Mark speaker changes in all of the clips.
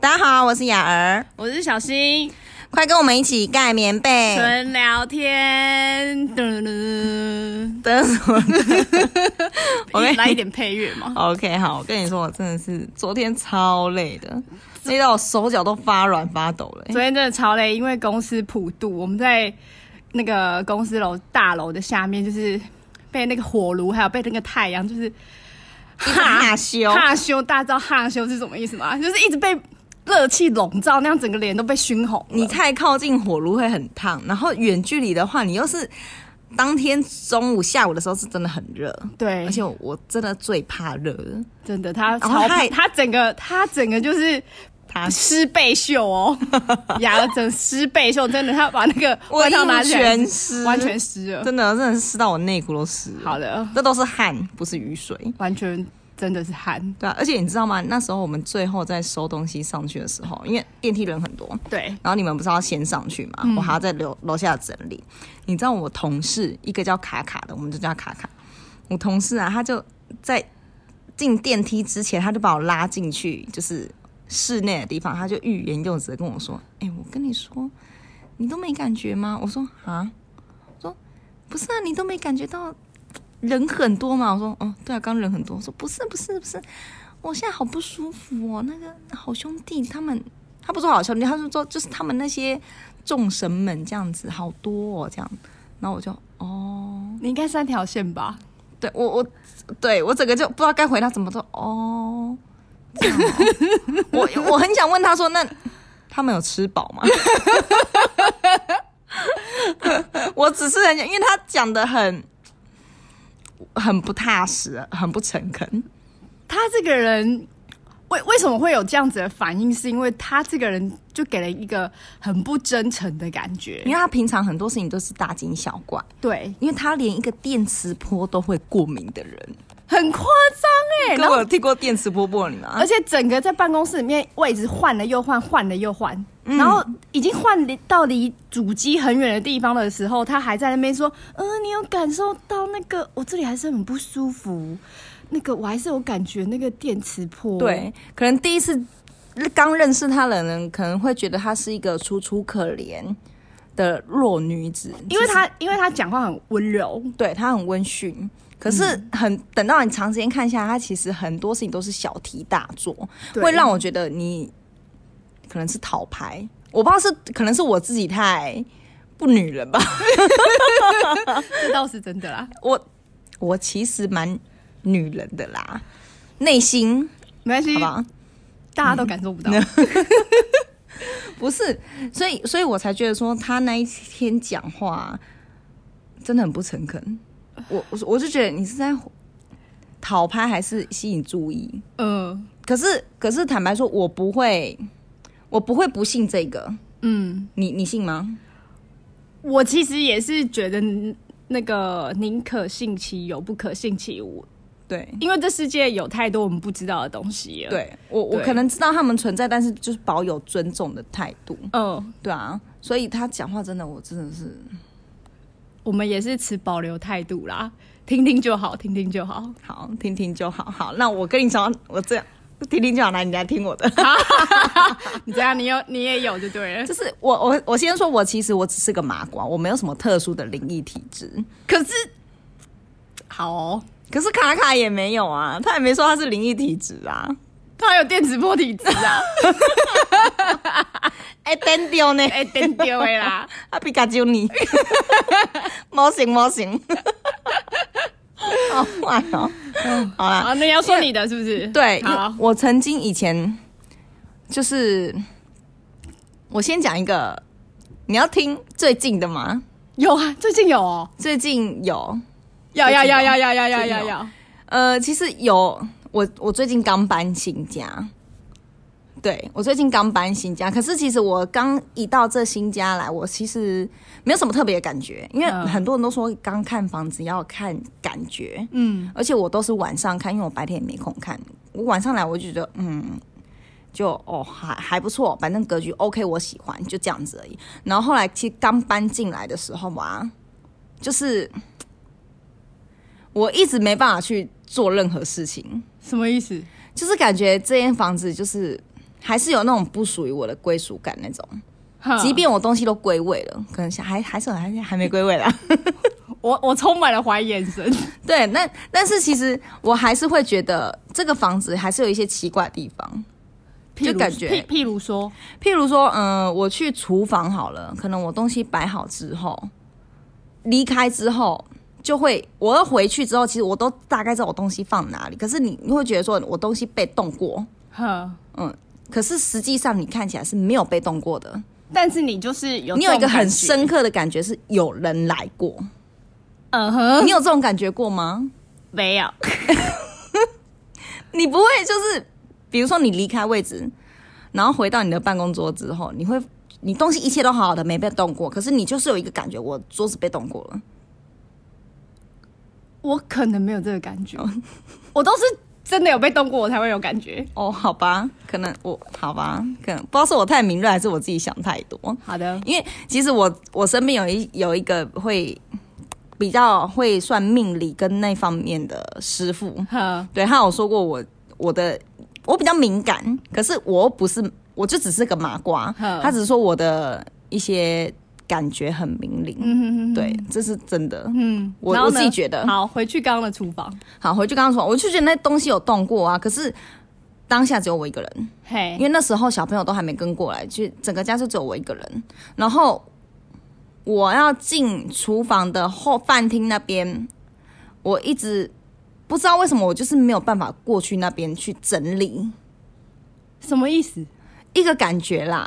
Speaker 1: 大家好，我是雅儿，
Speaker 2: 我是小新，
Speaker 1: 快跟我们一起盖棉被。
Speaker 2: 纯聊天。嘟噜噜
Speaker 1: 等什么？我跟你
Speaker 2: 来一点配乐 嘛。
Speaker 1: OK，好，我跟你说，我真的是昨天超累的，累到我手脚都发软发抖了、欸
Speaker 2: 昨天真的超累，因为公司普渡，我们在那个公司楼大楼的下面，就是被那个火炉还有被那个太阳，就是
Speaker 1: 哈修，
Speaker 2: 哈修，大家知道哈修是什么意思吗？就是一直被热气笼罩，那样整个脸都被熏红了。
Speaker 1: 你太靠近火炉会很烫，然后远距离的话，你又是当天中午、下午的时候是真的很热，
Speaker 2: 对，
Speaker 1: 而且我我真的最怕热了。
Speaker 2: 真的
Speaker 1: 后
Speaker 2: 他超
Speaker 1: 哦他
Speaker 2: 怕，
Speaker 1: 也
Speaker 2: 他整个他整个就是
Speaker 1: 他
Speaker 2: 啊湿背 袖哦，牙了整湿背袖，真的，他把那个
Speaker 1: 我
Speaker 2: 外套拿起来
Speaker 1: 衣服全湿
Speaker 2: 完全湿了。
Speaker 1: 真的，真的是湿到我内裤都湿了。
Speaker 2: 好的，
Speaker 1: 这都是汗，不是雨水。
Speaker 2: 完全真的是汗。
Speaker 1: 对啊，而且你知道吗？那时候我们最后在收东西上去的时候，因为电梯人很多，
Speaker 2: 对，
Speaker 1: 然后你们不是要先上去嘛，我还要在楼楼下整理。你知道我同事一个叫卡卡的，我们就叫他卡卡。我同事啊，他就在进电梯之前，他就把我拉进去，就是室内的地方，他就欲言又止的跟我说：“哎、我跟你说，你都没感觉吗？”我说：“啊，我说不是啊，你都没感觉到人很多嘛？”我说：“哦，对啊，刚人很多。”我说：“不是，不是，不是，我现在好不舒服哦。那个好兄弟他们，他不说好兄弟，他是说就是他们那些众神们这样子，好多哦，这样。”然后我就哦，
Speaker 2: 你应该三条线吧？
Speaker 1: 对我我对我整个就不知道该回答怎么说哦。 这样哦我我很想问他说，那他们有吃饱吗？ 我只是很想，因为他讲的很很不踏实，很不诚恳。
Speaker 2: 他这个人。为为什么会有这样子的反应？是因为他这个人就给人一个很不真诚的感觉
Speaker 1: 因。为他平常很多事情都是大惊小怪，
Speaker 2: 对，
Speaker 1: 因为他连一个电磁波都会过敏的人。
Speaker 2: 很夸张哎。
Speaker 1: 各
Speaker 2: 然
Speaker 1: 位
Speaker 2: 后
Speaker 1: 有听过电磁波过敏吗
Speaker 2: 而？且整个在办公室里面位置换了又换，换了又换，
Speaker 1: 嗯
Speaker 2: 然后已经换离到离主机很远的地方的时候，他还在那边说：“嗯、你有感受到那个？我这里还是很不舒服，那个我还是有感觉那个电磁波。”
Speaker 1: 对，可能第一次刚认识他的人，可能会觉得她是一个楚楚可怜的弱女子，
Speaker 2: 因为
Speaker 1: 其实
Speaker 2: 他因为他讲话很温柔，
Speaker 1: 对她很温驯。可是很、等到你长时间看下来，她其实很多事情都是小题大做，
Speaker 2: 对
Speaker 1: 会让我觉得你可能是讨牌，我不知道是可能是我自己太不女人吧。
Speaker 2: 这倒是真的啦。
Speaker 1: 我我其实蛮女人的啦，内心
Speaker 2: 没关系
Speaker 1: 好，吧，
Speaker 2: 大家都感受不到。
Speaker 1: 不是，所以所以我才觉得说他那一天讲话真的很不诚恳。我我我就觉得你是在讨拍还是吸引注意？
Speaker 2: 嗯
Speaker 1: 可是可是坦白说，我不会，我不会不信这个。
Speaker 2: 嗯，
Speaker 1: 你你信吗？
Speaker 2: 我其实也是觉得那个宁可信其有，不可信其无。
Speaker 1: 对
Speaker 2: 因为这世界有太多我们不知道的东西了。，
Speaker 1: 对，我我
Speaker 2: 对
Speaker 1: 可能知道他们存在，但是就是保有尊重的态度。
Speaker 2: 嗯，
Speaker 1: 对啊，所以他讲话真的，我真的是
Speaker 2: 我们也是持保留态度啦，听听就好，听听就好。
Speaker 1: 好听听就好。好，那我跟你讲，我这样听听就好，来你来听我的。
Speaker 2: 你这样，你有你也有就对 了。
Speaker 1: 就是我我我先说，我其实我只是个麻瓜，我没有什么特殊的灵异体质。
Speaker 2: 可是，好、哦，
Speaker 1: 可是卡卡也没有啊，他也没说他是灵异体质啊。
Speaker 2: 他有电磁波体 质啊，
Speaker 1: 哎、单调呢？
Speaker 2: 哎、欸，丢的 啦。
Speaker 1: 啊，皮卡丘你，模型模型，好坏哦。好啦，
Speaker 2: 啊好，那你要说你的是不是？
Speaker 1: 对，因为
Speaker 2: 好，
Speaker 1: 我曾经以前就是，我先讲一个，你要听最近的吗？
Speaker 2: 有啊，最近有哦，
Speaker 1: 最近有，
Speaker 2: 要
Speaker 1: 最
Speaker 2: 要
Speaker 1: 近
Speaker 2: 要
Speaker 1: 有
Speaker 2: 要要要要
Speaker 1: 最近
Speaker 2: 要
Speaker 1: 有
Speaker 2: 要，
Speaker 1: 呃，其实有我，我最近刚搬新家。对我最近刚搬新家，可是其实我刚一到这新家来，我其实没有什么特别的感觉，因为
Speaker 2: 嗯
Speaker 1: 很多人都说刚看房子要看感觉，
Speaker 2: 嗯，
Speaker 1: 而且我都是晚上看，因为我白天也没空看。我晚上来我就觉得，嗯，就哦还还不错，反正格局 OK，我喜欢，就这样子而已。然后后来其实刚搬进来的时候嘛，就是我一直没办法去做任何事情，
Speaker 2: 什么意思？
Speaker 1: 就是感觉这间房子就是还是有那种不属于我的归属感那种。
Speaker 2: 哼
Speaker 1: 即便我东西都归位了，可能想还还是有还还没归位啦。
Speaker 2: 我我充满了怀疑眼 神，
Speaker 1: 对，那但是其实我还是会觉得这个房子还是有一些奇怪的地方。
Speaker 2: 譬如
Speaker 1: 感觉
Speaker 2: 譬譬如说，
Speaker 1: 譬如说，嗯、我去厨房好了，可能我东西摆好之后，离开之后就会，我要回去之后，其实我都大概知道我东西放哪里。可是你你会觉得说我东西被动过，
Speaker 2: 哼，
Speaker 1: 嗯，可是实际上你看起来是没有被动过的，
Speaker 2: 但是你就是有
Speaker 1: 你有一
Speaker 2: 这
Speaker 1: 个
Speaker 2: 种感
Speaker 1: 很
Speaker 2: 觉
Speaker 1: 深，刻的感觉是有人来过。
Speaker 2: 嗯哼，
Speaker 1: 你有这种感觉过吗？
Speaker 2: 没有，
Speaker 1: 你不会就是，比如说你离开位置，然后回到你的办公桌之后，你会你东西一切都好好的，没被动过，可是你就是有一个感觉，我桌子被动过了。
Speaker 2: 我可能没有这个感觉，我都是真的有被动过，我才会有感觉。
Speaker 1: 哦，好吧，可能我好吧，可能不知道是我太敏锐，还是我自己想太多。
Speaker 2: 好的，
Speaker 1: 因为其实我我身边有一有一个会比较会算命理跟那方面的师傅，
Speaker 2: 哼，
Speaker 1: 对他有说过我我的我比较敏感，可是我又不是，我就只是个麻瓜。
Speaker 2: 嗯
Speaker 1: 他只是说我的一些感觉很明灵，
Speaker 2: 嗯哼哼，
Speaker 1: 对，这是真的。
Speaker 2: 嗯，
Speaker 1: 我
Speaker 2: 然后呢
Speaker 1: 我自己觉得
Speaker 2: 好，回去刚刚的厨房，
Speaker 1: 好，回去刚刚说，我就觉得那东西有动过啊，可是当下只有我一个人。
Speaker 2: 嘿
Speaker 1: 因，为那时候小朋友都还没跟过来，就整个家就只有我一个人。然后我要进厨房的后饭厅那边，我一直不知道为什么，我就是没有办法过去那边去整理
Speaker 2: 什么意思？
Speaker 1: 一个感觉啦。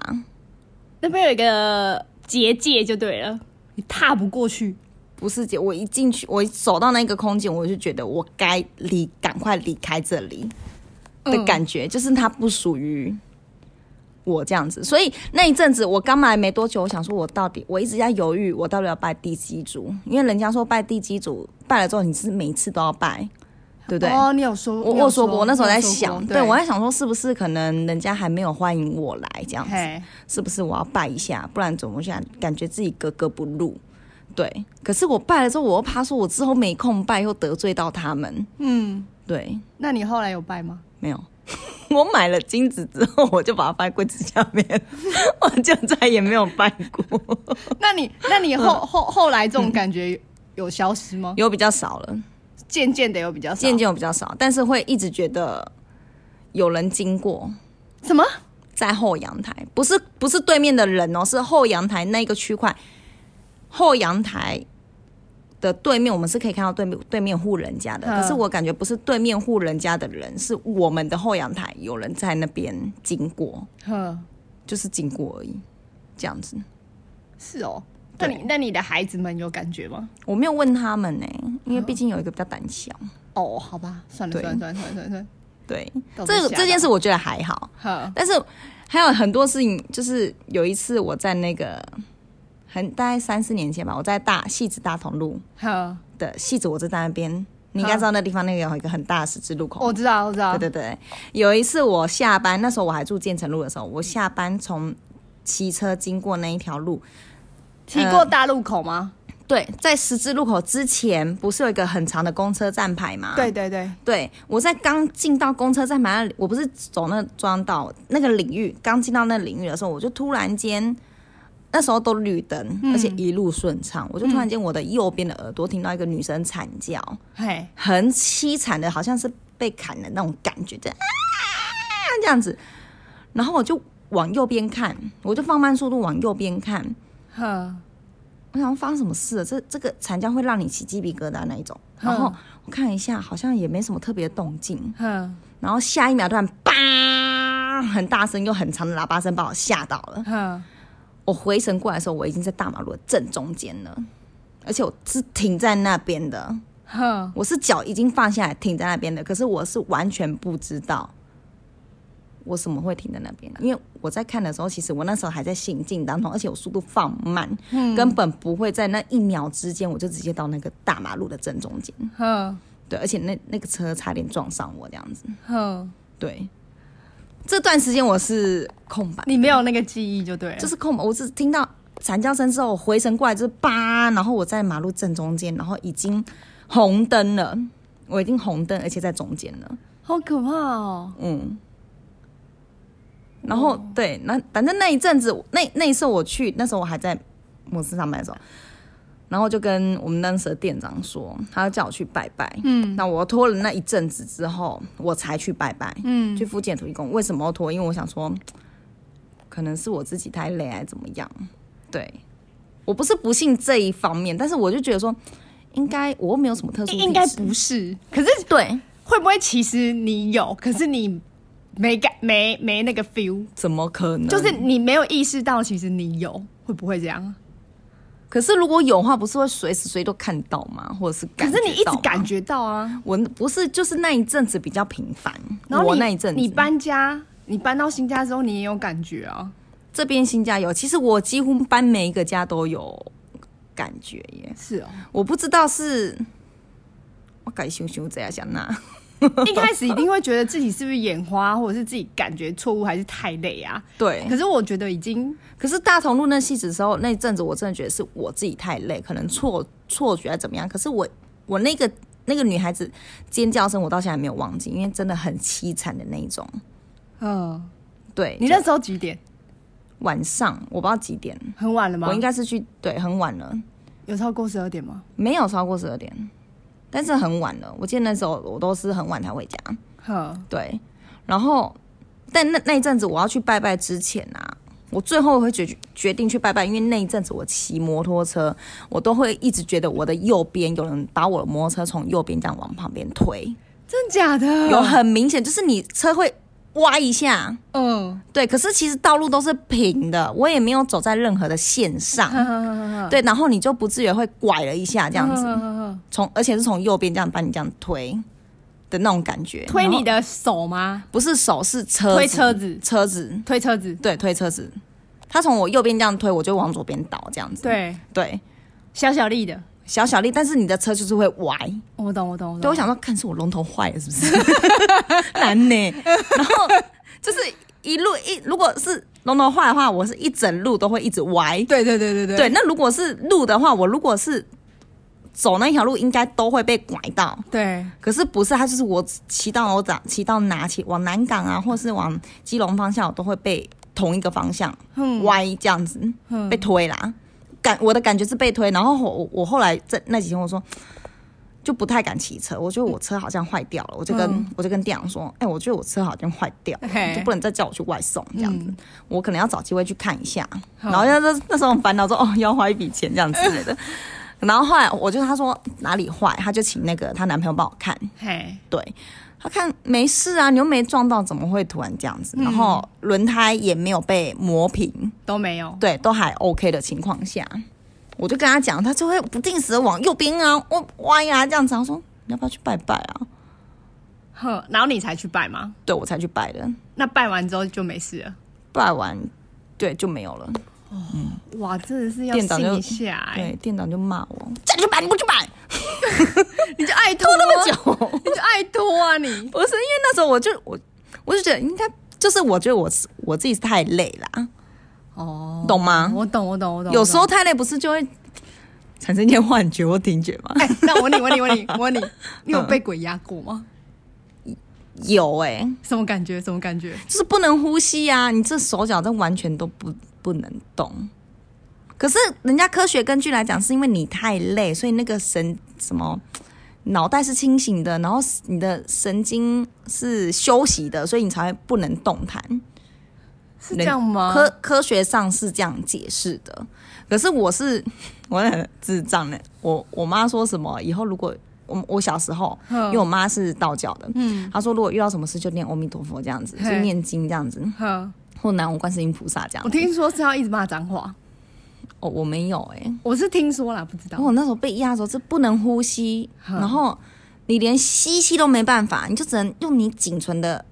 Speaker 2: 那边有一个结界就对了，你踏不过去。
Speaker 1: 不是姐，我一进去，我一走到那个空间，我就觉得我该离，赶快离开这里
Speaker 2: 嗯
Speaker 1: 的感觉，就是它不属于我这样子。所以那一阵子我刚来没多久，我想说，我到底我一直在犹豫，我到底要拜地基主，因为人家说拜地基主，拜了之后你是每一次都要拜，对不对？
Speaker 2: 哦，你有说，
Speaker 1: 我
Speaker 2: 你
Speaker 1: 我有说过，我那时候在
Speaker 2: 你有说过
Speaker 1: 想，对我在想说，是不是可能人家还没有欢迎我来这样子？
Speaker 2: 嘿，
Speaker 1: 是不是我要拜一下？不然怎么想感觉自己格格不入？对，可是我拜了之后，我又怕说我之后没空拜，又得罪到他们。
Speaker 2: 嗯，
Speaker 1: 对，
Speaker 2: 那你后来有拜吗？
Speaker 1: 没有。 我买了金子之后，我就把它放在柜子下面， 我就再也没有拜过，
Speaker 2: 那你那 你后后后来这种感觉有消失吗？
Speaker 1: 有比较少了，
Speaker 2: 渐渐的有比较少，
Speaker 1: 渐渐有比较少，但是会一直觉得有人经过
Speaker 2: 什么？
Speaker 1: 在后阳台，不是不是对面的人哦，是后阳台那个区块，后阳台的对面，我们是可以看到对面对面户人家的，
Speaker 2: 嗯
Speaker 1: 可是我感觉不是对面户人家的人，是我们的后阳台有人在那边经过，
Speaker 2: 哼，
Speaker 1: 就是经过而已，这样子。
Speaker 2: 是哦。那你那你的孩子们有感觉吗？
Speaker 1: 我没有问他们呢、因为毕竟有一个比较胆小。
Speaker 2: 哦，好吧，算了
Speaker 1: 对
Speaker 2: 算了算了算了算了
Speaker 1: 对，
Speaker 2: 都
Speaker 1: 这
Speaker 2: 被
Speaker 1: 个
Speaker 2: 吓
Speaker 1: 这件
Speaker 2: 到
Speaker 1: 事我觉得还好，
Speaker 2: 算了，哼，
Speaker 1: 但是还有很多事情，就是有一次我在那个很大概三四年前吧，我在大戏子大同路，
Speaker 2: 哼，
Speaker 1: 的戏子，我就在那边。你应该知道那地方那个有一个很大的十字路口。
Speaker 2: 哦我知道我知道，
Speaker 1: 对嗯对对，有一次我下班，那时候我还住建成路的时候，我下班从骑车经过那一条路，
Speaker 2: 提过大路口吗？
Speaker 1: 对，在十字路口之前不是有一个很长的公车站牌吗？
Speaker 2: 对对对，
Speaker 1: 对，我在刚进到公车站牌那里，我不是走那装到那个领域，刚进到那领域的时候，我就突然间，那时候都绿灯，而且一路顺畅，我就突然间我的右边的耳朵听到一个女生惨叫，
Speaker 2: 嘿，
Speaker 1: 很凄惨的，好像是被砍的那种感觉，这样啊这样子。然后我就往右边呃看，我就放慢速度往右边看，
Speaker 2: 哼，
Speaker 1: 我想发生什么事了？这这个惨叫会让你起鸡皮疙瘩那一种。然后
Speaker 2: 嗯
Speaker 1: 我看一下，好像也没什么特别的动静。
Speaker 2: 哼，
Speaker 1: 然后下一秒突然叭，很大声又很长的喇叭声把我吓到了。
Speaker 2: 哼，
Speaker 1: 我回神过来的时候，我已经在大马路的正中间了，而且我是停在那边的。
Speaker 2: 哼，
Speaker 1: 我是脚已经放下来停在那边的，可是我是完全不知道我怎么会停在那边，因为我在看的时候，其实我那时候还在行进当中，而且我速度放慢，根本不会在那一秒之间，我就直接到那个大马路的正中间，
Speaker 2: 哼，
Speaker 1: 对，而且那那个车差点撞上我这样子，
Speaker 2: 哼，
Speaker 1: 对，这段时间我是空白，
Speaker 2: 你没有那个记忆就对了，
Speaker 1: 就是是空白，我只听到惨叫声之后，我回神过来就是叭，然后我在马路正中间，然后已经红灯了，我已经红灯，而且在中间了。
Speaker 2: 好可怕哦。
Speaker 1: 嗯，然后、对，那反正那一阵子，那那一次我去，那时候我还在摩斯上班的时候，然后就跟我们当时的店长说，他叫我去拜拜。嗯，那我拖了那一阵子之后，我才去拜拜。嗯，去福建土地公，为什么要拖？因为我想说，可能是我自己太累，还是怎么样？对，我不是不信这一方面，但是我就觉得说，应该我又没有什么特殊体质，
Speaker 2: 应该不是。可是
Speaker 1: 对。
Speaker 2: 会不会其实你有，可是你没感没没那个 feel，
Speaker 1: 怎么可能？
Speaker 2: 就是你没有意识到其实你有，会不会这样？
Speaker 1: 可是如果有的话，不是会随时随地都看到吗？或者是
Speaker 2: 可
Speaker 1: 感
Speaker 2: 是你一
Speaker 1: 到
Speaker 2: 直
Speaker 1: 吗
Speaker 2: 感觉到啊，
Speaker 1: 我不是就是那一阵子比较频繁，
Speaker 2: 然后
Speaker 1: 我
Speaker 2: 你
Speaker 1: 那一阵子
Speaker 2: 你搬家，你搬到新家之后，你也有感觉啊。
Speaker 1: 这边新家有，其实我几乎搬每一个家都有感觉耶。
Speaker 2: 是哦，
Speaker 1: 我不知道是我改修修这样想那，
Speaker 2: 一开始一定会觉得自己是不是眼花，或者是自己感觉错误，还是太累啊？
Speaker 1: 对
Speaker 2: 可。是我觉得已经
Speaker 1: 可是大同路那戏子的时候，那一阵子我真的觉得是我自己太累，可能错错觉还怎么样。可是我我那个那个女孩子尖叫声，我到现在没有忘记，因为真的很凄惨的那一种。
Speaker 2: 嗯，
Speaker 1: 对，
Speaker 2: 你那时候几点？
Speaker 1: 晚上我不知道几点，
Speaker 2: 很晚了吗？
Speaker 1: 我应该是去对很晚了，
Speaker 2: 有超过十二点吗？
Speaker 1: 没有超过十二点，但是很晚了。我记得那时候我都是很晚才回家，
Speaker 2: 哼，
Speaker 1: 对。然后，但那那一阵子我要去拜拜之前啊，我最后会决决定去拜拜，因为那一阵子我骑摩托车，我都会一直觉得我的右边有人把我的摩托车从右边这样往旁边推，
Speaker 2: 真假的？
Speaker 1: 有很明显就是你车会歪一下，
Speaker 2: 嗯，
Speaker 1: 对。可是其实道路都是平的，我也没有走在任何的线上。 对，然后你就不至于会拐了一下这
Speaker 2: 这
Speaker 1: 样子，
Speaker 2: 子
Speaker 1: 从而且是从右边这样把你这样推的那种感觉，
Speaker 2: 推你
Speaker 1: 然后
Speaker 2: 的手吗？
Speaker 1: 不是手是车子
Speaker 2: 推车子，
Speaker 1: 车子，
Speaker 2: 推车子，
Speaker 1: 对，推车子。他从我右边这样推，我就往左边倒这样子。
Speaker 2: 对，
Speaker 1: 对，
Speaker 2: 小小力的。
Speaker 1: 小小力，但是你的车就是会歪。
Speaker 2: 我懂，我懂，我懂。
Speaker 1: 对，我想说，看是我龙头坏了是不是？ 难呢。然后就是一路一，如果是龙头坏的话，我是一整路都会一直歪。
Speaker 2: 对对对对对
Speaker 1: 对，那如果是路的话，我如果是走那条路，应该都会被拐到。
Speaker 2: 对
Speaker 1: 可是不是，它就是我骑到我长骑到哪骑往南港啊，或是往基隆方向，我都会被同一个方向
Speaker 2: 嗯
Speaker 1: 歪这样子、被推啦。感我的感觉是被推，然后我我我后来这那几天我说就不太敢骑车，我觉得我车好像坏掉了，我就跟、
Speaker 2: 嗯
Speaker 1: 我就跟店长说，哎、我觉得我车好像坏掉了，
Speaker 2: 嘿
Speaker 1: 就不能再叫我去外送这样子，
Speaker 2: 嗯
Speaker 1: 我可能要找机会去看一下。
Speaker 2: 好
Speaker 1: 然后那时候那时候很烦恼说，哦，要花一笔钱这样之类 的。然后后来我就他说哪里坏，他就请那个她男朋友帮我看，
Speaker 2: 嘿，
Speaker 1: 对他看没事啊，你又没撞到，怎么会突然这样子？然后轮胎也没有被磨平，
Speaker 2: 都没有。
Speaker 1: 对，都还 OK 的情况下，我就跟他讲，他就会不定时的往右边啊、我歪啊这样子。他说你要不要去拜拜啊？
Speaker 2: 哼，然后你才去拜吗？
Speaker 1: 对我才去拜的，
Speaker 2: 那拜完之后就没事了。
Speaker 1: 拜完对就没有了。
Speaker 2: 哇，真的是要
Speaker 1: 店长
Speaker 2: 信
Speaker 1: 就
Speaker 2: 一下哎、
Speaker 1: 对，店长就骂我，叫你去拜你不去拜，
Speaker 2: 你就爱拖 啊
Speaker 1: 那 么，久。
Speaker 2: 你就爱拖啊你。
Speaker 1: 不是因为那时候我就我我就觉得应该就是我觉得我是我自己是太累啦，
Speaker 2: 哦，
Speaker 1: 懂吗？
Speaker 2: 我懂，我懂，我懂。
Speaker 1: 有时候
Speaker 2: 我懂，
Speaker 1: 太累不是就会产生一些幻觉或听觉吗？
Speaker 2: 哎、那我问你，我问你，我问你，我问你，你
Speaker 1: 嗯
Speaker 2: 有被鬼压过吗？
Speaker 1: 有哎、
Speaker 2: 什么感觉？什么感觉？
Speaker 1: 就是不能呼吸啊，你这手脚真完全都不不能动。可是人家科学根据来讲，是因为你太累，所以那个神什么脑袋是清醒的，然后你的神经是休息的，所以你才会不能动弹。
Speaker 2: 是这样吗？
Speaker 1: 科科学上是这样解释的，可是我是我很智障呢。我我妈说什么？以后如果我我小时候，
Speaker 2: 嗯
Speaker 1: 因为我妈是道教的，嗯，她说如果遇到什么事就念阿弥陀佛这样子，
Speaker 2: 嘿
Speaker 1: 就念经这样子，
Speaker 2: 哼，
Speaker 1: 或南无观世音菩萨这样
Speaker 2: 我
Speaker 1: 子。
Speaker 2: 听说是要一直骂脏话，
Speaker 1: 哦，我没有哎、
Speaker 2: 我是听说啦，不知道
Speaker 1: 然后。我那时候被压着，是不能呼吸，
Speaker 2: 嗯
Speaker 1: 然后你连吸气都没办法，你就只能用你仅存的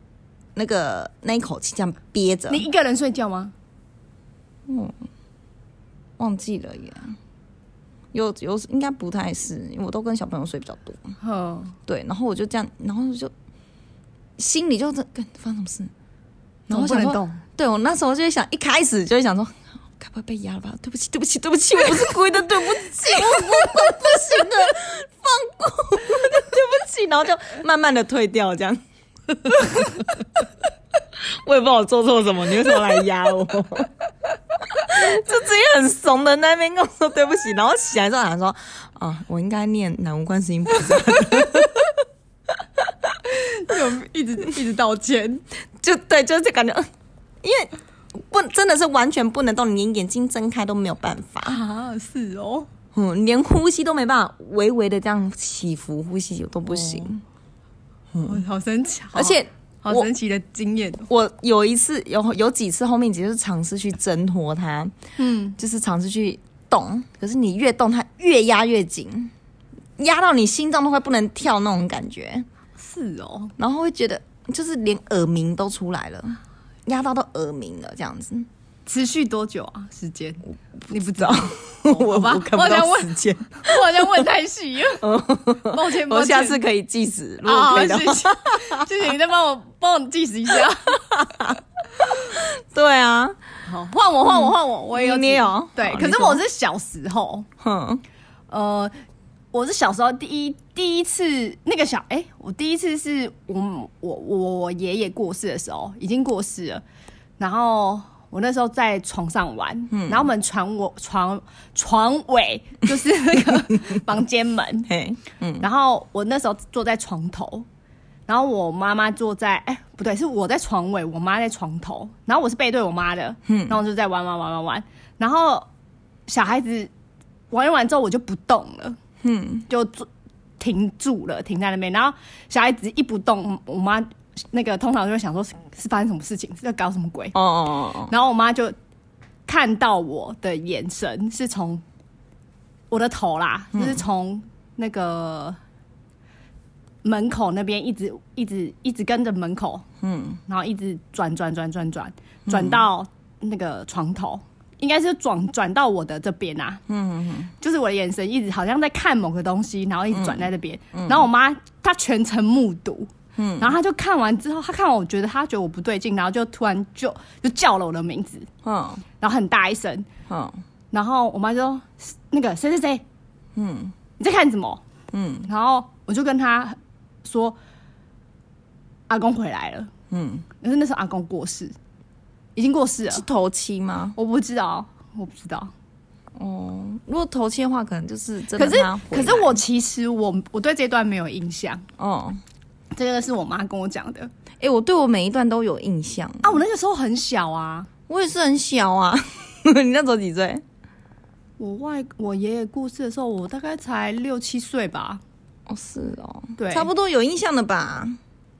Speaker 1: 那个那一口气这样憋着
Speaker 2: 你。一个人睡觉吗？
Speaker 1: 忘记了耶。有有应该不太是，因为我都跟小朋友睡比较多。
Speaker 2: 哼，
Speaker 1: 对，然后我就这样，然后就心里就在干发生什么事，然
Speaker 2: 然
Speaker 1: 后
Speaker 2: 后
Speaker 1: 我
Speaker 2: 不
Speaker 1: 想
Speaker 2: 能
Speaker 1: 说
Speaker 2: 动。
Speaker 1: 对我那时候就会想，一开始就会想说，该不会被压了吧？对不起，对不起，对不起，我不是故意的，对不起，我我我不行的，放过我的，对不起，然后就慢慢的退掉这样。 我也不知道我做错什么，你为什么来压我？就直接很怂的那边跟我说对不起，然后起来之后想说，啊，我应该念南无观世音菩萨，
Speaker 2: 就一直一直道歉。
Speaker 1: 就对，就是这感觉，嗯因为不真的是完全不能动，你连眼睛睁开都没有办法。
Speaker 2: 啊，是哦，
Speaker 1: 嗯，连呼吸都没办法，微微的这样起伏呼吸都不行。
Speaker 2: 我好神奇，哦
Speaker 1: 嗯
Speaker 2: 好
Speaker 1: 而且
Speaker 2: 好
Speaker 1: 我
Speaker 2: 神奇的经验。哦
Speaker 1: 我有一次有有几次后面几次尝试去挣脱它，
Speaker 2: 嗯，
Speaker 1: 就是尝试去动，可是你越动它越压越紧，压到你心脏都快不能跳那种感觉，
Speaker 2: 是哦，
Speaker 1: 然后会觉得就是连耳鸣都出来了，压到都耳鸣了这样子。
Speaker 2: 持续多久啊？时间？你不知
Speaker 1: 道我
Speaker 2: 好吧
Speaker 1: 我看
Speaker 2: 我
Speaker 1: 不
Speaker 2: 想
Speaker 1: 到
Speaker 2: 问
Speaker 1: 时间，
Speaker 2: 我好像问太细 了，抱歉，抱
Speaker 1: 哦我
Speaker 2: 歉。
Speaker 1: 下次可以计时，如果
Speaker 2: 啊，
Speaker 1: 可以的
Speaker 2: 谢
Speaker 1: 话。
Speaker 2: 谢，谢谢你再帮我帮我计时一下。
Speaker 1: 对啊，
Speaker 2: 好，换我，换我，换我，我也有
Speaker 1: 你
Speaker 2: 几
Speaker 1: 也有
Speaker 2: 对
Speaker 1: 嗯哦好，
Speaker 2: 可
Speaker 1: 你
Speaker 2: 是
Speaker 1: 说
Speaker 2: 我是小时候，
Speaker 1: 哼，
Speaker 2: 呃，我是小时候第一第一次那个小哎、我第一次是我我我我爷爷过世的时候，已经过世了，然后。我那时候在床上玩，
Speaker 1: 嗯
Speaker 2: 然后我们床我床床尾就是那个 房间门，
Speaker 1: 嘿，
Speaker 2: 然后我那时候坐在床头，然后我妈妈坐在，哎、不对，是我在床尾，我妈在床头，然后我是背对我妈的，然后我就在玩玩玩玩玩，然后小孩子玩一玩之后我就不动了，嗯，就坐停住了，停在那边，然后小孩子一不动，我妈那个通常就会想说是是发生什么事情，是在搞什么鬼，
Speaker 1: 哦哦哦哦，
Speaker 2: 然后我妈就看到我的眼神是从我的头啦，
Speaker 1: 嗯
Speaker 2: 就是从那个门口那边一直一直一直跟着门口，
Speaker 1: 嗯，
Speaker 2: 然后一直转转转转转转到那个床头，应该是转转到我的这边啊，
Speaker 1: 嗯，
Speaker 2: 就是我的眼神一直好像在看某个东西，然后一直转在那边。
Speaker 1: 嗯
Speaker 2: 然后我妈她全程目睹，嗯，然后她就看完之后，她看完我觉得她觉得我不对劲，然后就突然就就叫了我的名字，
Speaker 1: 哼
Speaker 2: 然后很大一声，
Speaker 1: 哼，
Speaker 2: 然后我妈就说那个谁谁谁，
Speaker 1: 嗯
Speaker 2: 你在看什么？
Speaker 1: 嗯
Speaker 2: 然后我就跟她说，阿公回来了，
Speaker 1: 嗯，
Speaker 2: 可是那时候阿公过世，已经过世了
Speaker 1: 是，头七吗？
Speaker 2: 我不知道，我不知道。
Speaker 1: 哦，如果头七的话，可能就是真的
Speaker 2: 可是
Speaker 1: 他回
Speaker 2: 可
Speaker 1: 来
Speaker 2: 是我其实我我对这段没有印象。
Speaker 1: 哦，
Speaker 2: 这个是我妈跟我讲的
Speaker 1: 哎、我对我每一段都有印象，
Speaker 2: 啊，我那个时候很小啊，
Speaker 1: 我也是很小啊。 你那时候几岁？
Speaker 2: 我外我爷爷过世的时候，我大概才六七岁吧。
Speaker 1: 哦，是哦，
Speaker 2: 对
Speaker 1: 差不多有印象的吧？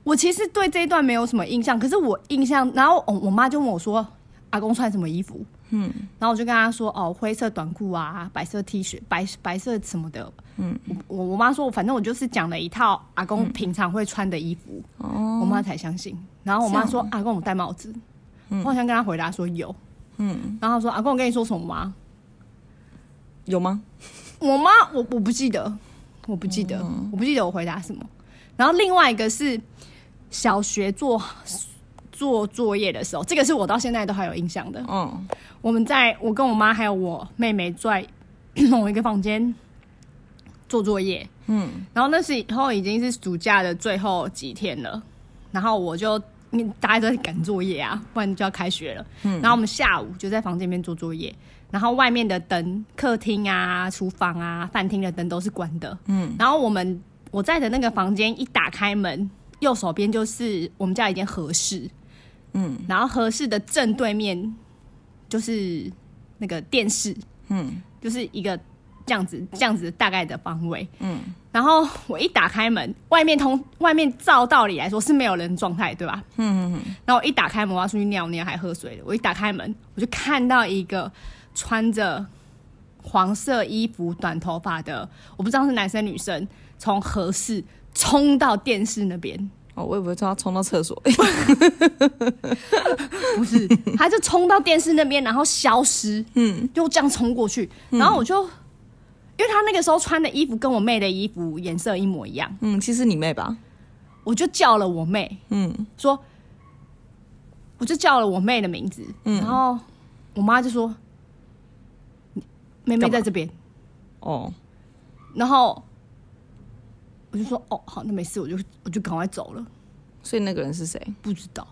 Speaker 2: 我其实对这一段没有什么印象，可是我印象，然后我我妈就问我说，阿公穿什么衣服？
Speaker 1: 嗯
Speaker 2: 然后我就跟她说，哦，灰色短裤啊，白色 T 恤，白白色什么的。嗯，我我妈说，反正我就是讲了一套阿公平常会穿的衣服，
Speaker 1: 嗯哦，啊
Speaker 2: 我妈才相信。然后我妈说，阿公我戴帽子，我好像跟她回答说有，
Speaker 1: 嗯，
Speaker 2: 然后她说，阿公我跟你说什么吗？
Speaker 1: 有吗？
Speaker 2: 我妈，我我不记得，我不记得，我不记得我回答什么。然后另外一个是小学做做作业的时候，这个是我到现在都还有印象的。
Speaker 1: 嗯
Speaker 2: 我们在我跟我妈还有我妹妹在 某一个房间做作业，
Speaker 1: 嗯
Speaker 2: 然后那时候已经是暑假的最后几天了，然后我就因为大家都在赶作业啊，不然就要开学了。
Speaker 1: 嗯
Speaker 2: 然后我们下午就在房间里面做作业，然后外面的灯，客厅啊、厨房啊、饭厅的灯都是关的。
Speaker 1: 嗯
Speaker 2: 然后我们我在的那个房间一打开门，右手边就是我们家有一间和室，
Speaker 1: 嗯
Speaker 2: 然后和室的正对面就是那个电视，
Speaker 1: 嗯
Speaker 2: 就是一个这样子这样子大概的方位。
Speaker 1: 嗯
Speaker 2: 然后我一打开门，外面通外面照道理来说是没有人状态，对吧？
Speaker 1: 嗯嗯
Speaker 2: 然后我一打开门，我要出去尿尿还喝水的，我一打开门，我就看到一个穿着黄色衣服、短头发的，我不知道是男生女生，从合适冲到电视那边，
Speaker 1: 哦，我也不会叫他冲到厕所。
Speaker 2: 不是，他就冲到电视那边，然后消失，
Speaker 1: 嗯
Speaker 2: 就这样冲过去，然后我就。因为他那个时候穿的衣服跟我妹的衣服颜色一模一样，
Speaker 1: 嗯，其实你妹吧？
Speaker 2: 我就叫了我妹，
Speaker 1: 嗯
Speaker 2: 说，我就叫了我妹的名字，然后我妈就说，妹妹在这边，
Speaker 1: 哦
Speaker 2: 然后我就说，哦，好，那没事，我就我就赶快走了，
Speaker 1: 所以那个人是谁？
Speaker 2: 不知道，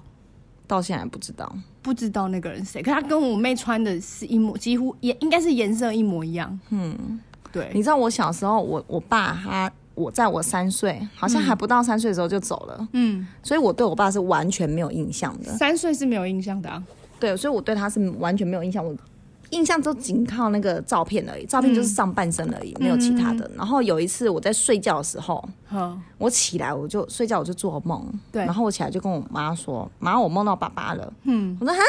Speaker 1: 到现在不知道。
Speaker 2: 不知道那个人是谁，可他跟我妹穿的是一模，几乎也应该是颜色一模一样。嗯，对
Speaker 1: 你，知道我小时候，我我爸他我在我三岁，好像还不到三岁的时候就走了，
Speaker 2: 嗯，
Speaker 1: 所以我对我爸是完全没有印象的。
Speaker 2: 三岁是没有印象的、啊。
Speaker 1: 对，所以我对他是完全没有印象，我印象都仅靠那个照片而已，照片就是上半身而已，没有其他的。然后有一次我在睡觉的时候，
Speaker 2: 好，
Speaker 1: 我起来我就睡觉我就做梦，
Speaker 2: 对
Speaker 1: 然后我起来就跟我妈说，妈我梦到爸爸了，
Speaker 2: 嗯，
Speaker 1: 我说哈，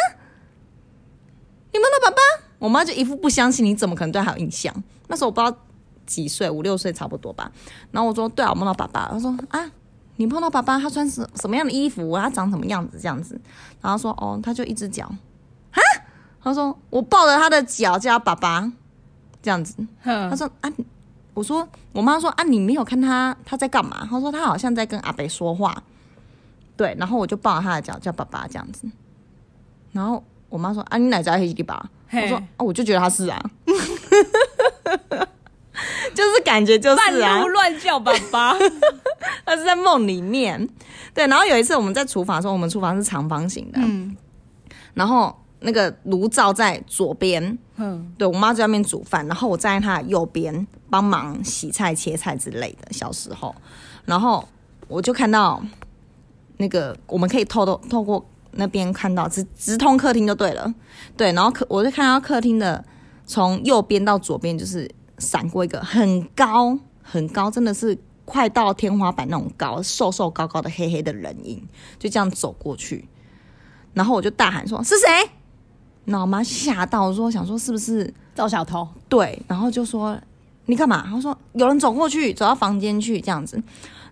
Speaker 1: 你梦到爸爸？我妈就一副不相信，你怎么可能对他有印象？那时候我不知道几岁，五六岁差不多吧。然后我说对啊，我梦到爸爸。她说啊，你碰到爸爸，他穿什什么样的衣服？他长什么样子？这样子。然后她说哦，他就一只脚啊。他说我抱着他的脚叫他爸爸，这样子。他
Speaker 2: 哼，
Speaker 1: 说啊，你我说我妈说啊，你没有看他他在干嘛？他说他好像在跟阿北说话。对，然后我就抱着他的脚叫爸爸这样子。然后我妈说啊，你奶在黑给吧？
Speaker 2: 嘿
Speaker 1: 我说啊，我就觉得他是啊， 就是感觉就
Speaker 2: 半
Speaker 1: 是啊
Speaker 2: 路，乱叫爸 爸。
Speaker 1: 他是在梦里面。对，然后有一次我们在厨房的时候，我们厨房是长方形的，
Speaker 2: 嗯
Speaker 1: 然后那个炉灶在左边，
Speaker 2: 嗯，
Speaker 1: 对我妈在外面煮饭，然后我站在她的右边帮忙洗菜、切菜之类的。小时候，然后我就看到那个我们可以透透透过那边看到直直通客厅就对了，对，然后客我就看到客厅的从右边到左边就是闪过一个很高很高，真的是快到天花板那种高，瘦瘦高高的黑黑的人影，就这样走过去，然后我就大喊说是谁？然后我妈吓到说，想说是不是
Speaker 2: 赵小偷。
Speaker 1: 对，然后就说你干嘛？他说有人走过去，走到房间去这样子，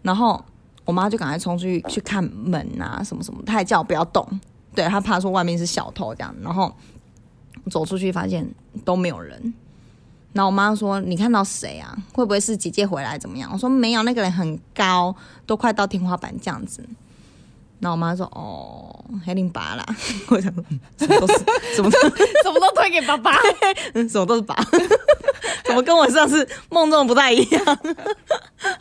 Speaker 1: 然后我妈就赶快冲出去去看门啊什么什么，她还叫我不要动，对她怕说外面是小偷这样，然后走出去发现都没有人。然后我妈说：“你看到谁啊？会不会是姐姐回来怎么样？”我说：“没有，那个人很高，都快到天花板这样子。”然后我妈说：“哦，黑林拔啦。” 我想说什么都是什么都
Speaker 2: 什么都推给爸爸，
Speaker 1: 嗯 什么都是拔，怎么跟我上次梦中的不太一样？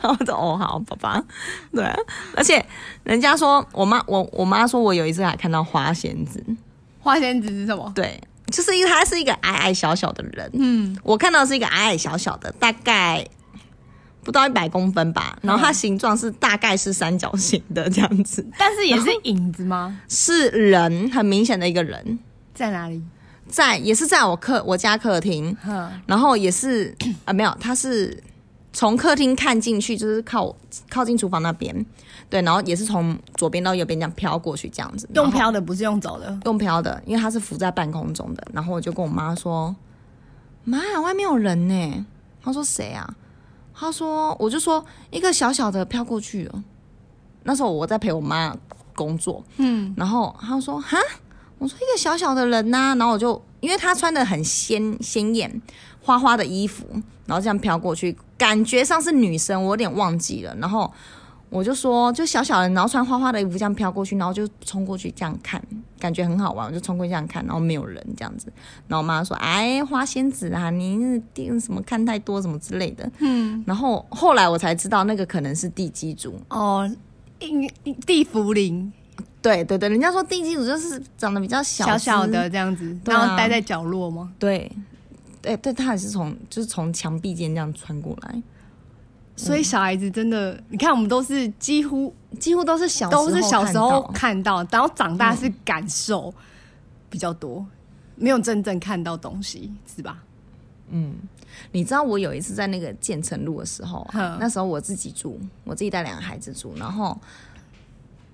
Speaker 1: 然后我就哦好，爸爸，对啊、而且人家说我妈我我妈说我有一次还看到花仙子，
Speaker 2: 花仙子是什么？
Speaker 1: 对，就是因为她是一个矮矮小小的人，
Speaker 2: 嗯，
Speaker 1: 我看到是一个矮矮小小的，大概不到一百公分吧，然后它形状是大概是三角形的这样子，
Speaker 2: 但是也是影子 吗？
Speaker 1: 是人很明显的一个人，
Speaker 2: 在哪里？
Speaker 1: 在也是在我客我家客厅，
Speaker 2: 哼，
Speaker 1: 然后也是 啊，没有，他是从客厅看进去，就是靠靠近厨房那边，对，然后也是从左边到右边这样飘过去，这样子，
Speaker 2: 用
Speaker 1: 然后
Speaker 2: 飘的不是用走的。
Speaker 1: 用飘的，因为它是浮在半空中的。然后我就跟我妈说：“妈，啊外面有人呢、她说：“谁啊？”她说：“我就说一个小小的飘过去了。”那时候我在陪我妈工作，
Speaker 2: 嗯，
Speaker 1: 然后他说哈，我说一个小小的人呐、然后我就因为他穿的很鲜鲜艳花花的衣服，然后这样飘过去，感觉上是女生，我有点忘记了。然后我就说就小小人，然后穿花花的衣服这样飘过去，然后就冲过去这样看，感觉很好玩，我就冲过去这样看，然后没有人这样子。然后我妈说哎，花仙子啊，你电什么看太多什么之类的。
Speaker 2: 嗯，
Speaker 1: 然后后来我才知道那个可能是地基主，
Speaker 2: 哦，影地茯苓，
Speaker 1: 对对对，人家说地基主就是长得比较小
Speaker 2: 小小
Speaker 1: 只
Speaker 2: 的这样子，
Speaker 1: 对啊嗯
Speaker 2: 然后待在角落吗？
Speaker 1: 对，对对，他也是从就是从墙壁间这样穿过来，
Speaker 2: 所以小孩子真的，你看我们都是几乎
Speaker 1: 几乎都是小
Speaker 2: 都是小时候
Speaker 1: 看到嗯
Speaker 2: 看到，然后长大是感受比较多，没有真正看到东西，是吧？
Speaker 1: 你知道我有一次在那个建成路的时候啊、
Speaker 2: 哼
Speaker 1: 那时候我自己住，我自己带两个孩子住，然后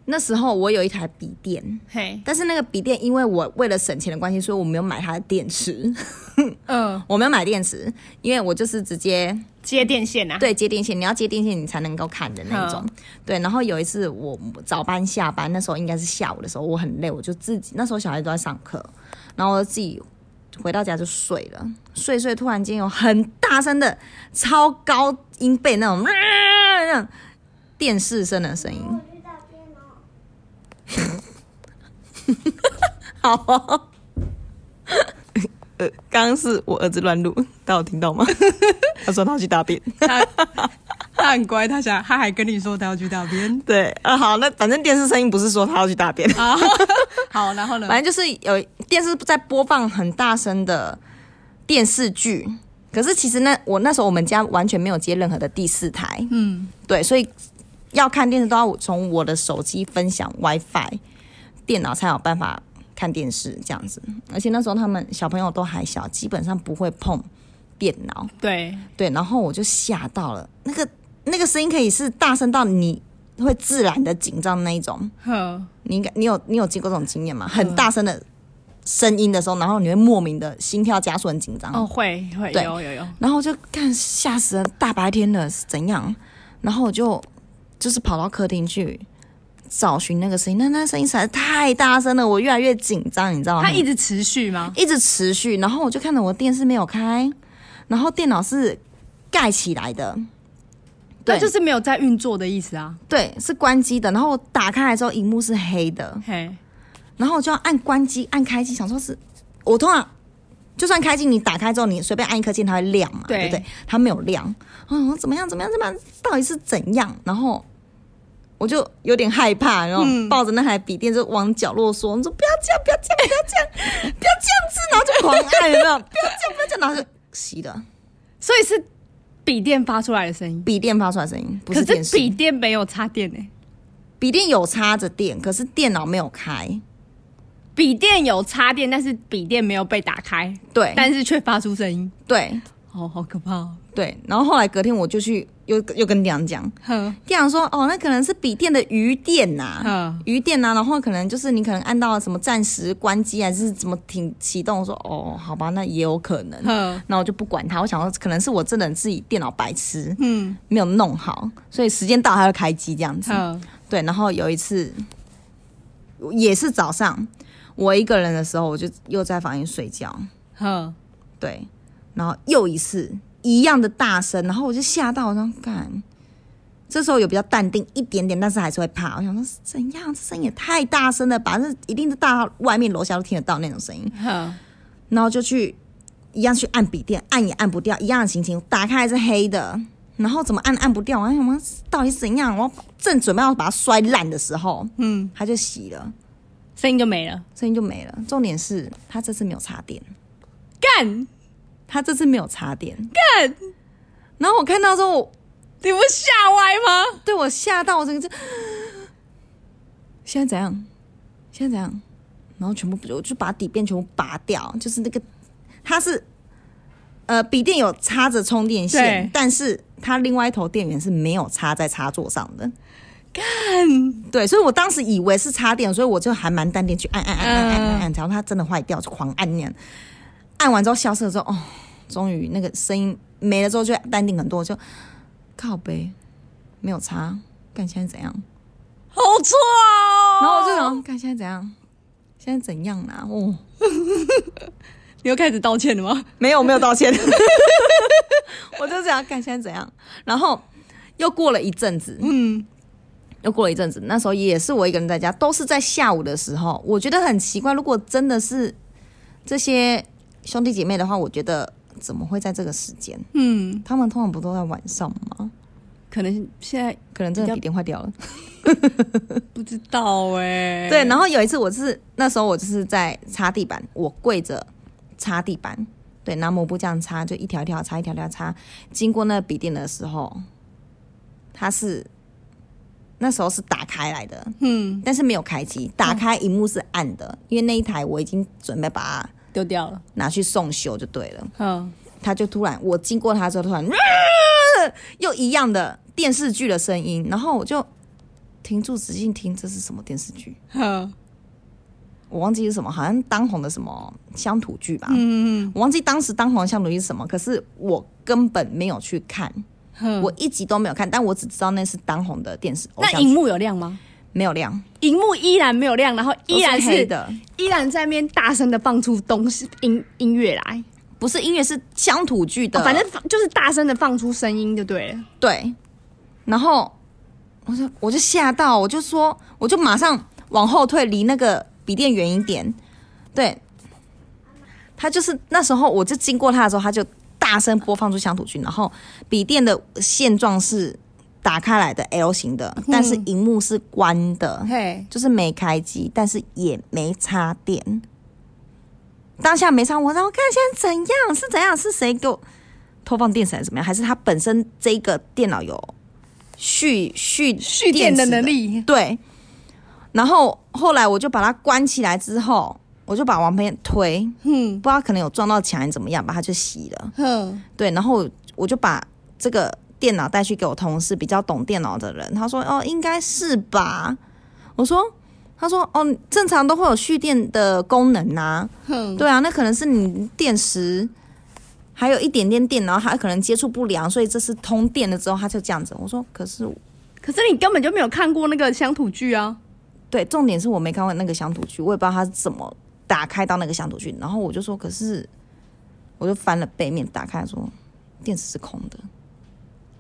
Speaker 1: 那时候我有一台笔电。
Speaker 2: 嘿，
Speaker 1: 但是那个笔电，因为我为了省钱的关系，所以我没有买它的电池，
Speaker 2: 嗯，
Speaker 1: 我没有买电池，因为我就是直接
Speaker 2: 接电线啊，，
Speaker 1: 对，接电线，你要接电线你才能够看的那种
Speaker 2: 嗯。
Speaker 1: 对，然后有一次我早班下班，那时候应该是下午的时候，我很累，我就自己那时候小孩都在上课，然后我自己回到家就睡了，睡一睡突然间有很大声的超高音贝那种、啊、那种电视声的声音。 好、哦， 呃， 刚刚是我儿子乱录，大家有听到吗？他说他要去大便。
Speaker 2: 他他很乖，他想他还跟你说他要去大 便
Speaker 1: 对，呃，好，那反正电视声音不是说他要去大便，
Speaker 2: 啊。好，然后呢？
Speaker 1: 反正就是有电视在播放很大声的电视剧，可是其实那我那时候我们家完全没有接任何的第四台，
Speaker 2: 嗯，
Speaker 1: 对，所以要看电视都要从我的手机分享 WiFi，电脑才有办法看电视这样子。而且那时候他们小朋友都还小，基本上不会碰电脑，
Speaker 2: 对，
Speaker 1: 对，然后我就吓到了，那个那个声音可以是大声到你会自然的紧张那一种。
Speaker 2: 哼，
Speaker 1: 你应该你有你有经过这种经验
Speaker 2: 嗯
Speaker 1: 吗？很大声的声音的时候，然后你会莫名的心跳加速，很紧张。
Speaker 2: 哦，会会
Speaker 1: 嗯对嗯
Speaker 2: 有有有，
Speaker 1: 然后我就看吓死人，大白天的是怎样？然后我就就是跑到客厅去找寻那个声音，但那声音实在太大声了，我越来越紧张，你知道吗？
Speaker 2: 它一直持续吗？
Speaker 1: 一直持续，然后我就看着我电视没有开，然后电脑是盖起来的，对，
Speaker 2: 那就是没有在运作的意思啊。
Speaker 1: 对，是关机的。然后我打开来之后，荧幕是黑的，
Speaker 2: 嘿，
Speaker 1: 然后我就要按关机、按开机，想说是我通常就算开机，你打开之后，你随便按一颗键，它会亮嘛，对
Speaker 2: 对
Speaker 1: 不对？它没有亮，嗯，我怎么样？怎么样？怎么样？到底是怎样？然后我就有点害怕，然后抱着那台笔电就往角落缩，我说不要这样，不要这样，不要这样，不要这样子，然后就狂按，有没有？不要这样，不要这样，然后就熄了，
Speaker 2: 所以是笔电发出来的声音，
Speaker 1: 笔电发出来的声音，不
Speaker 2: 可
Speaker 1: 电
Speaker 2: 是
Speaker 1: 视。
Speaker 2: 笔电没有插电呢、欸
Speaker 1: 笔电有插着电，可是电脑没有开，
Speaker 2: 笔电有插电，但是笔电没有被打开，
Speaker 1: 对
Speaker 2: 但是却发出声音，
Speaker 1: 对
Speaker 2: 哦，好可怕、哦。
Speaker 1: 对。然后后来隔天我就去又又跟娘讲。
Speaker 2: 哼，
Speaker 1: 店长说：“哦，那可能是笔电的余电呐、
Speaker 2: 嗯
Speaker 1: 余电呐、然后可能就是你可能按到什么暂时关机还是怎么停启动。”我说：“哦，好吧，那也有可能。
Speaker 2: 嗯”
Speaker 1: 那我就不管他，我想说可能是我这人自己电脑白痴，
Speaker 2: 嗯
Speaker 1: 没有弄好，所以时间到还会开机这样子。
Speaker 2: 哼，
Speaker 1: 对，然后有一次也是早上，我一个人的时候，我就又在房间睡觉，
Speaker 2: 哼，
Speaker 1: 对，然后又一次一样的大声，然后我就吓到，我想干。这时候有比较淡定一点点，但是还是会怕。我想说是怎样，这声音也太大声了吧？这一定是大到外面楼下都听得到那种声音。
Speaker 2: 哼，
Speaker 1: 然后就去一样去按笔电，按也按不掉，一样的心情，打开还是黑的，然后怎么按按不掉？我还想说到底是怎样？我正准备要把它摔烂的时候，
Speaker 2: 嗯，
Speaker 1: 它就熄了，
Speaker 2: 声音就没了。
Speaker 1: 声音就没了。重点是它这次没有插电。
Speaker 2: 干
Speaker 1: 他这次没有插电。
Speaker 2: 干，
Speaker 1: 然后我看到之后，我
Speaker 2: 你不吓歪吗？
Speaker 1: 对我吓到，我整个就现在怎样？现在怎样？然后全部我就把底片全部拔掉，就是那个它是呃笔电有插着充电线
Speaker 2: 对，
Speaker 1: 但是它另外一头电源是没有插在插座上的。
Speaker 2: 干，
Speaker 1: 对，所以我当时以为是插电，所以我就还蛮淡定去按按按按按按按，然后它真的坏掉，就狂按那样。按完之后消失了之后，哦，终于那个声音没了之后就淡定很多，我就靠背没有插，看现在怎样？
Speaker 2: 好错哦。
Speaker 1: 然后我就想，看现在怎样？现在怎样啦、哦，
Speaker 2: 你又开始道歉了吗？
Speaker 1: 没有没有道歉， 我就这样看现在怎样。然后又过了一阵子，
Speaker 2: 嗯，
Speaker 1: 又过了一阵子，那时候也是我一个人在家，都是在下午的时候。我觉得很奇怪，如果真的是这些兄弟姐妹的话，我觉得怎么会在这个时间？
Speaker 2: 嗯，
Speaker 1: 他们通常不都在晚上吗？
Speaker 2: 可能现在
Speaker 1: 可能真的笔电坏掉了。
Speaker 2: 不知道哎、
Speaker 1: 对，然后有一次我是那时候我就是在擦地板，我跪着擦地板，对，拿抹布这样擦，就一条一条擦，一条一条擦。经过那个笔电的时候，它是那时候是打开来的，
Speaker 2: 嗯，
Speaker 1: 但是没有开机，打开荧幕是暗的，因为那一台我已经准备把它
Speaker 2: 丢掉了。
Speaker 1: 拿去送修就对了。
Speaker 2: 嗯，
Speaker 1: 他就突然，我经过他之后，突然、 啊又一样的电视剧的声音，然后我就停住，仔细听这是什么电视剧，
Speaker 2: 哼，
Speaker 1: 我忘记是什么，好像当红的什么乡土剧吧，
Speaker 2: 嗯，
Speaker 1: 我忘记当时当红的乡土剧是什么，可是我根本没有去看，
Speaker 2: 哼
Speaker 1: 我一集都没有看，但我只知道那是当红的电视偶
Speaker 2: 那
Speaker 1: 像
Speaker 2: 荧
Speaker 1: 剧，
Speaker 2: 幕有亮吗？
Speaker 1: 没有亮，
Speaker 2: 荧幕依然没有亮，然后依然
Speaker 1: 都
Speaker 2: 是
Speaker 1: 是黑的，
Speaker 2: 依然在那边大声的放出东西音音乐来、
Speaker 1: 不是音乐是乡土剧的，
Speaker 2: 哦反正放就是大声的放出声音就对了。
Speaker 1: 对，然后我就我就吓到，我就说，我就马上往后退，离那个笔电远一点。对，他就是那时候我就经过他的时候，他就大声播放出乡土剧，然后笔电的现状是打开来的 L 型的，但是荧幕是关的，
Speaker 2: 嘿，
Speaker 1: 就是没开机，但是也没插电。当下没插，我然后看现在怎样是怎样，是谁给我偷放电闪怎么样？还是他本身这个电脑有蓄蓄
Speaker 2: 蓄电的
Speaker 1: 池
Speaker 2: 能？力，
Speaker 1: 对。然后后来我就把它关起来之后，我就把往旁边推，
Speaker 2: 嗯
Speaker 1: 不知道可能有撞到墙还是怎么样吧，它就熄了。
Speaker 2: 哼，
Speaker 1: 对，然后我就把这个电脑带去给我同事比较懂电脑的人，他说：“哦，应该是吧。”我说：“他说哦，正常都会有蓄电的功能呐、
Speaker 2: 哼
Speaker 1: 对啊，那可能是你电池还有一点点电，然后它可能接触不良，所以这次通电了之后它就这样子。”我说：“可是
Speaker 2: 可是你根本就没有看过那个乡土剧啊，
Speaker 1: 对，重点是我没看过那个乡土剧，我也不知道他是怎么打开到那个乡土剧。然后我就说，可是我就翻了背面，打开说电池是空的，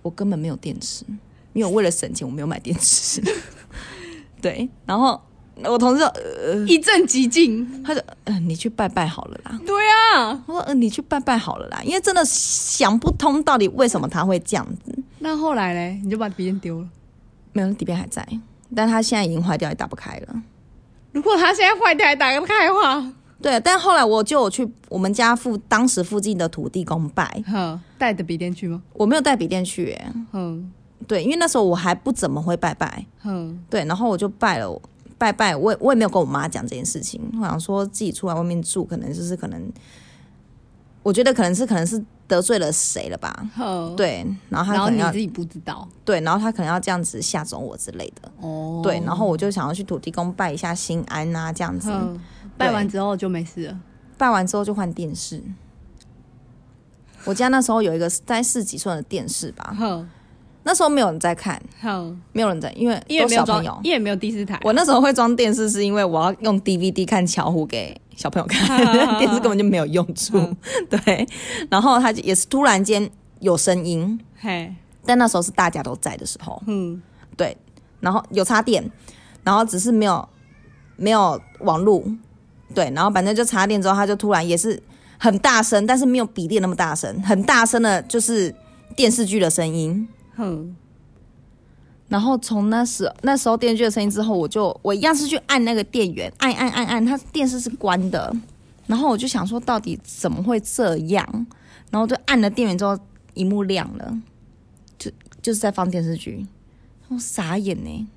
Speaker 1: 我根本没有电池，因为我为了省钱，我没有买电池。 对，然后我同事说，呃，
Speaker 2: 一阵激进。
Speaker 1: 他就嗯、呃你去拜拜好了啦。
Speaker 2: 对啊，
Speaker 1: 我说，嗯、你去拜拜好了啦，因为真的想不通到底为什么他会这样子。
Speaker 2: 那后来嘞，你就把笔电丢了。
Speaker 1: 没有，那底片还在，但他现在已经坏掉，也打不开了。
Speaker 2: 如果它现在坏掉还打个开的话，
Speaker 1: 对，但后来我就有去我们家附当时附近的土地公拜，
Speaker 2: 哼，带着笔电去吗？
Speaker 1: 我没有带笔电去、耶，
Speaker 2: 哼
Speaker 1: 对，因为那时候我还不怎么会拜拜，
Speaker 2: 哼，
Speaker 1: 对，然后我就拜了，拜拜，我也我也没有跟我妈讲这件事情，我想说自己出来外面住，可能就是可能，我觉得可能是可能是得罪了谁了吧，
Speaker 2: 哼，
Speaker 1: 对，然后
Speaker 2: 哦然
Speaker 1: 他
Speaker 2: 后
Speaker 1: 可能
Speaker 2: 你
Speaker 1: 要
Speaker 2: 自己不知道
Speaker 1: 对，然后他可能要这样子吓走我之类的，
Speaker 2: 哦嗯
Speaker 1: 对，然后我就想要去土地公拜一下心安啊，这样子，
Speaker 2: 哼，拜完之后就没事了。
Speaker 1: 拜完之后就换电视。我家那时候有一个在四几寸的电视吧，
Speaker 2: 哼
Speaker 1: 那时候没有人在看，
Speaker 2: 哼，
Speaker 1: 没有人在，因为
Speaker 2: 因为
Speaker 1: 都
Speaker 2: 没
Speaker 1: 小
Speaker 2: 有
Speaker 1: 朋友
Speaker 2: 装，。因为没有第四台。
Speaker 1: 我那时候会装电视，是因为我要用 DVD 看巧虎给小朋友看， 电视根本就没有用处。
Speaker 2: 嗯
Speaker 1: 对，然后他就也是突然间有声音，
Speaker 2: 嘿，
Speaker 1: 但那时候是大家都在的时候，
Speaker 2: 嗯
Speaker 1: 对，然后有插电，然后只是没有没有网路，对，然后反正就插电之后，他就突然也是很大声，但是没有笔电那么大声，很大声的，就是电视剧的声音。
Speaker 2: 哼，
Speaker 1: 然后从那时那时候电视剧的声音之后，我就我一样是去按那个电源，按按按按，它电视是关的。然后我就想说，到底怎么会这样？然后就按了电源之后，荧幕亮了，就就是在放电视剧，我傻眼呢、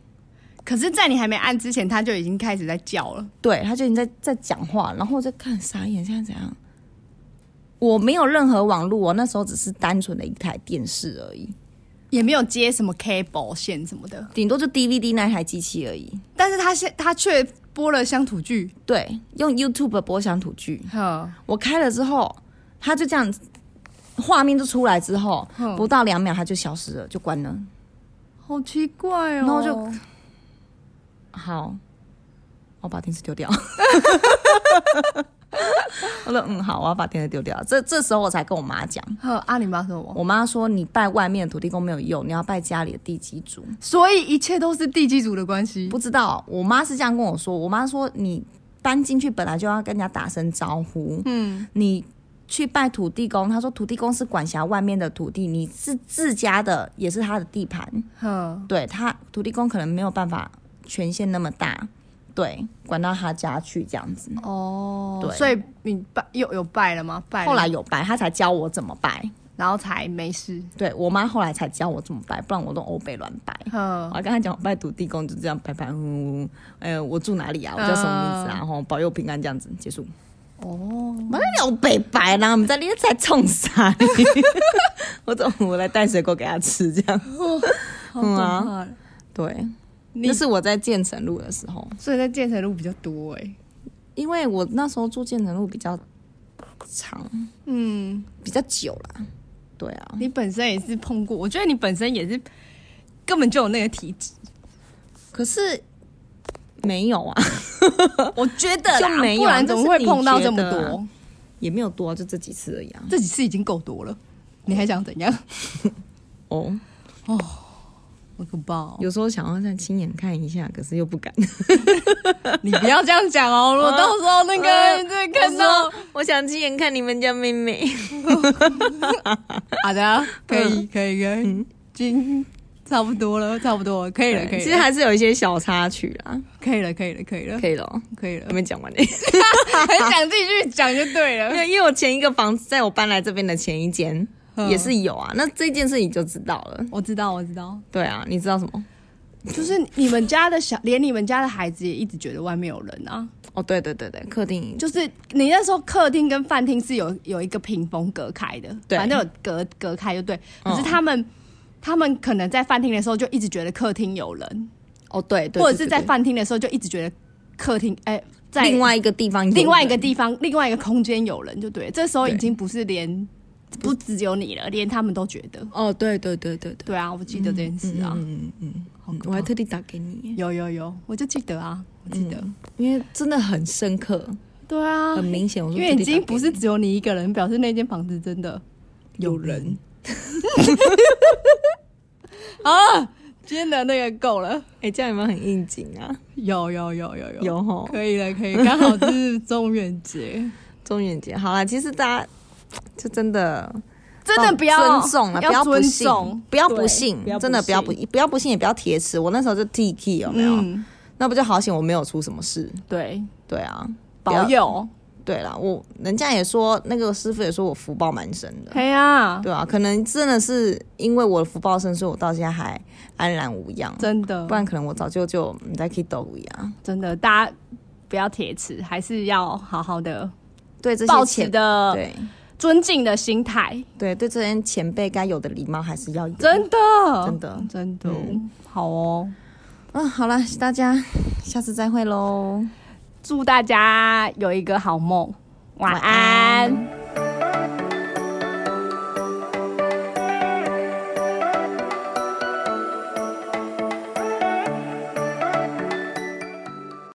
Speaker 2: 可是，在你还没按之前，它就已经开始在叫了。
Speaker 1: 对，他就已经在在讲话，然后我就看傻眼，现在怎样？我没有任何网络，我那时候只是单纯的一台电视而已，
Speaker 2: 也没有接什么 cable 线什么的，
Speaker 1: 顶多就 DVD 那一台机器而已。
Speaker 2: 但是他现他却播了乡土剧，
Speaker 1: 对，用 YouTube 播乡土剧，
Speaker 2: 哼，
Speaker 1: 我开了之后，它就这样，画面就出来之后，
Speaker 2: 嗯
Speaker 1: 不到两秒它就消失了，就关了。
Speaker 2: 好奇怪哦。
Speaker 1: 然后我就好，我把电视丢掉。 我说嗯好，我要把电视丢掉。这这时候我才跟我妈讲，
Speaker 2: 呵，阿里妈什么？
Speaker 1: 我妈说你拜外面的土地公没有用，你要拜家里的地基主。
Speaker 2: 所以一切都是地基组的关系。
Speaker 1: 不知道，我妈是这样跟我说。我妈说你搬进去本来就要跟人家打声招呼，
Speaker 2: 嗯，
Speaker 1: 你去拜土地公，她说土地公是管辖外面的土地，你是自家的也是他的地盘，
Speaker 2: 呵，
Speaker 1: 对他土地公可能没有办法权限那么大，对，管到他家去这样子。
Speaker 2: 哦，
Speaker 1: 对
Speaker 2: 所以你拜有有拜了吗？拜了吗
Speaker 1: 后来，有拜，他才教我怎么拜。
Speaker 2: 然后才没事。
Speaker 1: 对我妈后来才教我怎么拜，不然我都欧北乱拜。
Speaker 2: 呵，
Speaker 1: 我刚才讲我拜土地公就这样拜拜，嗯，嗯嗯呃，我住哪里啊？我叫什么名字啊？
Speaker 2: 嗯
Speaker 1: 然后保佑平安这样子结束。
Speaker 2: 哦，
Speaker 1: 我在聊北白啦，我们在那在冲啥？ 我怎么我来带水果给他吃这样？
Speaker 2: 好
Speaker 1: 嗯啊
Speaker 2: 可怕。
Speaker 1: 对，
Speaker 2: 你
Speaker 1: 那是我在建成路的时候，
Speaker 2: 所以在建成路比较多哎、
Speaker 1: 因为我那时候住建成路比较长，
Speaker 2: 嗯，
Speaker 1: 比较久啦。对啊，
Speaker 2: 你本身也是碰过，我觉得你本身也是根本就有那个体质。
Speaker 1: 可是没有啊，
Speaker 2: 我觉得
Speaker 1: 就
Speaker 2: 啦
Speaker 1: 没有
Speaker 2: 不然怎么会碰到这么
Speaker 1: 这是你觉得
Speaker 2: 多
Speaker 1: 啊？也没有多啊，就这几次而已啊。
Speaker 2: 这几次已经够多了，你还想怎样？
Speaker 1: 哦，
Speaker 2: 我个爆！
Speaker 1: 有时候想要再亲眼看一下，可是又不敢。
Speaker 2: 你不要这样讲哦，我到时候那 个对看到
Speaker 1: 我说我想亲眼看你们家妹妹。 嗯
Speaker 2: 好的，可以可以可以，今
Speaker 3: 差不多了，差不多了，可以了，可以了，
Speaker 1: 其实还是有一些小插曲啦，
Speaker 3: 可以了，可以了，可以了，
Speaker 1: 可以了，
Speaker 3: 可以了
Speaker 1: 还，没讲完呢。
Speaker 3: 很想继续讲就对了
Speaker 1: 没。有，因为我前一个房子在我搬来这边的前一间
Speaker 3: 嗯
Speaker 1: 也是有啊，那这件事你就知道了。
Speaker 3: 我知道，我知道，
Speaker 1: 对啊，你知道什么？
Speaker 2: 就是你们家的小，连你们家的孩子也一直觉得外面有人啊。
Speaker 1: 哦，对对对对，客厅就
Speaker 2: 就是你那时候客厅跟饭厅是有有一个屏风隔开的，
Speaker 1: 对
Speaker 2: 反正有隔隔开就对。
Speaker 1: 嗯
Speaker 2: 可是他们、他们可能在饭厅的时候就一直觉得客厅有人，
Speaker 1: 哦对对，
Speaker 2: 或者是
Speaker 1: 对
Speaker 2: 在
Speaker 1: 对
Speaker 2: 饭厅的时候就一直觉得客厅哎、在
Speaker 1: 另外一个地方有人，
Speaker 2: 另外一个地方另外一个空间有人就对。这时候
Speaker 1: 对
Speaker 2: 已经不是连不只有你了，连他们都觉得。
Speaker 1: 哦，对对对对对，
Speaker 2: 对啊，我记得这件事啊，
Speaker 1: 嗯嗯嗯，
Speaker 3: 可
Speaker 1: 我还特地打给你，
Speaker 2: 有有有，我就记得啊，我记得。
Speaker 1: 因为真的很深刻，
Speaker 2: 对啊，
Speaker 1: 嗯很明显，我说
Speaker 2: 因为
Speaker 1: 特地
Speaker 2: 已
Speaker 1: 打
Speaker 2: 经
Speaker 1: 给
Speaker 2: 不
Speaker 1: 你
Speaker 2: 是只有你一个人，表示那间房子真的有人。 啊，今天的那个够了，
Speaker 1: 哎，这样有没有很应景啊？
Speaker 3: 有有有有有，
Speaker 1: 有吼，
Speaker 3: 可以了，可以，刚好是中元节，
Speaker 1: 中元节好啦，其实大家就 真的
Speaker 2: 真的不要
Speaker 1: 尊重了，啊不
Speaker 2: 要
Speaker 1: 不
Speaker 2: 尊
Speaker 1: 信
Speaker 2: 重，，
Speaker 1: 不要
Speaker 2: 对
Speaker 1: 不信
Speaker 3: 不要，不
Speaker 1: 真的不要不
Speaker 3: 信
Speaker 1: 不要不信，也不要铁齿。我那时候就 T K 有没有？
Speaker 2: 嗯，
Speaker 1: 那不就好险，我没有出什么事。
Speaker 2: 对，
Speaker 1: 对啊，不要
Speaker 2: 保。佑，
Speaker 1: 对啦，我人家也说，那个师傅也说我福报蛮深的。
Speaker 2: 嘿呀，
Speaker 1: 对啊，可能真的是因为我的福报深，所以我到现在还安然无恙。
Speaker 2: 真的
Speaker 1: 不，然可能我早就就你在 K 斗一样。
Speaker 2: 真的，大家不要铁齿，还是要好好的
Speaker 1: 对这
Speaker 2: 保
Speaker 1: 些
Speaker 2: 持
Speaker 1: 前
Speaker 2: 的
Speaker 1: 对
Speaker 2: 尊敬的心态，
Speaker 1: 对对这些前辈该有的礼貌还是要有。
Speaker 2: 真的，
Speaker 1: 真的
Speaker 2: 真的
Speaker 1: 嗯，
Speaker 2: 好哦。
Speaker 1: 嗯，好啦，大家下次再会喽。
Speaker 2: 祝大家有一个好梦，晚
Speaker 1: 晚
Speaker 2: 安
Speaker 1: 安